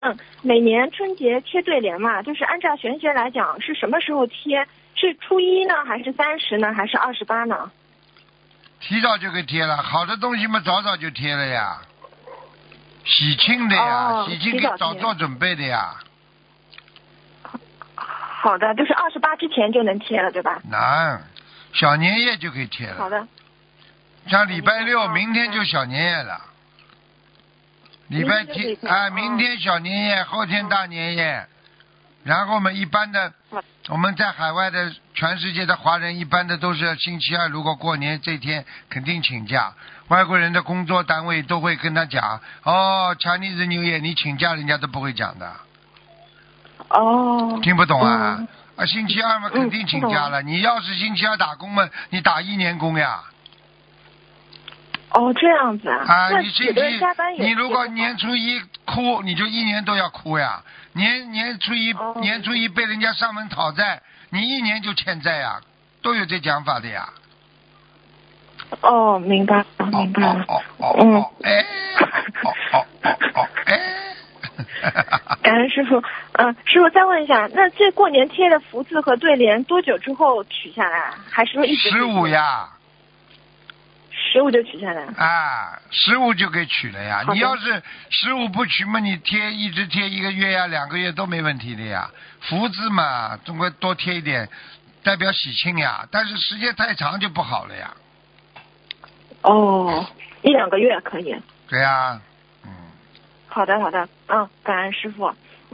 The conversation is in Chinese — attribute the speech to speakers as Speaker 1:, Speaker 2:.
Speaker 1: 嗯，每年春节贴对联嘛，就是按照玄学来讲，是什么时候贴？是初一呢，还是三十呢，还是二十八呢？
Speaker 2: 提早就给贴了，好的东西嘛，早早就贴了呀。喜庆的呀，
Speaker 1: 哦
Speaker 2: 喜庆
Speaker 1: 提
Speaker 2: 给
Speaker 1: 早贴
Speaker 2: 早做准备的呀，
Speaker 1: 好的，就是二十八之前就能贴了，对吧？
Speaker 2: 难。小年夜就给贴
Speaker 1: 好
Speaker 2: 了，
Speaker 1: 的，
Speaker 2: 像礼拜六，
Speaker 1: 哦
Speaker 2: 明天就小年夜了。礼拜
Speaker 1: 明天就
Speaker 2: 天
Speaker 1: 可以贴
Speaker 2: 啊，
Speaker 1: 哦
Speaker 2: 明天嗯小年夜，后天大年夜。然后我们一般的
Speaker 1: 好，
Speaker 2: 我们在海外的全世界的华人，一般的都是星期二，如果过年这天肯定请假。外国人的工作单位都会跟他讲，哦，Chinese New Year，你请假人家都不会讲的，
Speaker 1: 哦，
Speaker 2: 听不懂啊？
Speaker 1: 嗯
Speaker 2: 啊，星期二嘛肯定请假了，你要是星期二打工嘛，你打一年工呀。
Speaker 1: 哦，这样子啊。
Speaker 2: 啊，
Speaker 1: 那
Speaker 2: 你
Speaker 1: 有
Speaker 2: 星期
Speaker 1: 的人加班也
Speaker 2: 你如果
Speaker 1: 贴不好
Speaker 2: 年初一哭，你就一年都要哭呀。年年初一、
Speaker 1: 哦
Speaker 2: 年初一被人家上门讨债，你一年就欠债呀，都有这讲法的呀。
Speaker 1: 哦，明白了，
Speaker 2: 哦
Speaker 1: 明白
Speaker 2: 哦
Speaker 1: 了。嗯
Speaker 2: 哦哦哦，哎，哦哦哦哦 哎，
Speaker 1: 感恩师傅，嗯、师傅再问一下，那这过年贴的福字和对联多久之后取下来啊？还是说一直
Speaker 2: 十五？呀。
Speaker 1: 十五就取下来啊？
Speaker 2: 啊，十五就给取了呀
Speaker 1: 好。的
Speaker 2: 你要是十五不取嘛，你贴一直贴一个月呀、两个月都没问题的呀。福字嘛，总归多贴一点，代表喜庆呀。但是时间太长就不好了呀。
Speaker 1: 哦，一两个月可以。
Speaker 2: 对呀、嗯，
Speaker 1: 好的，好的，嗯，感恩师傅。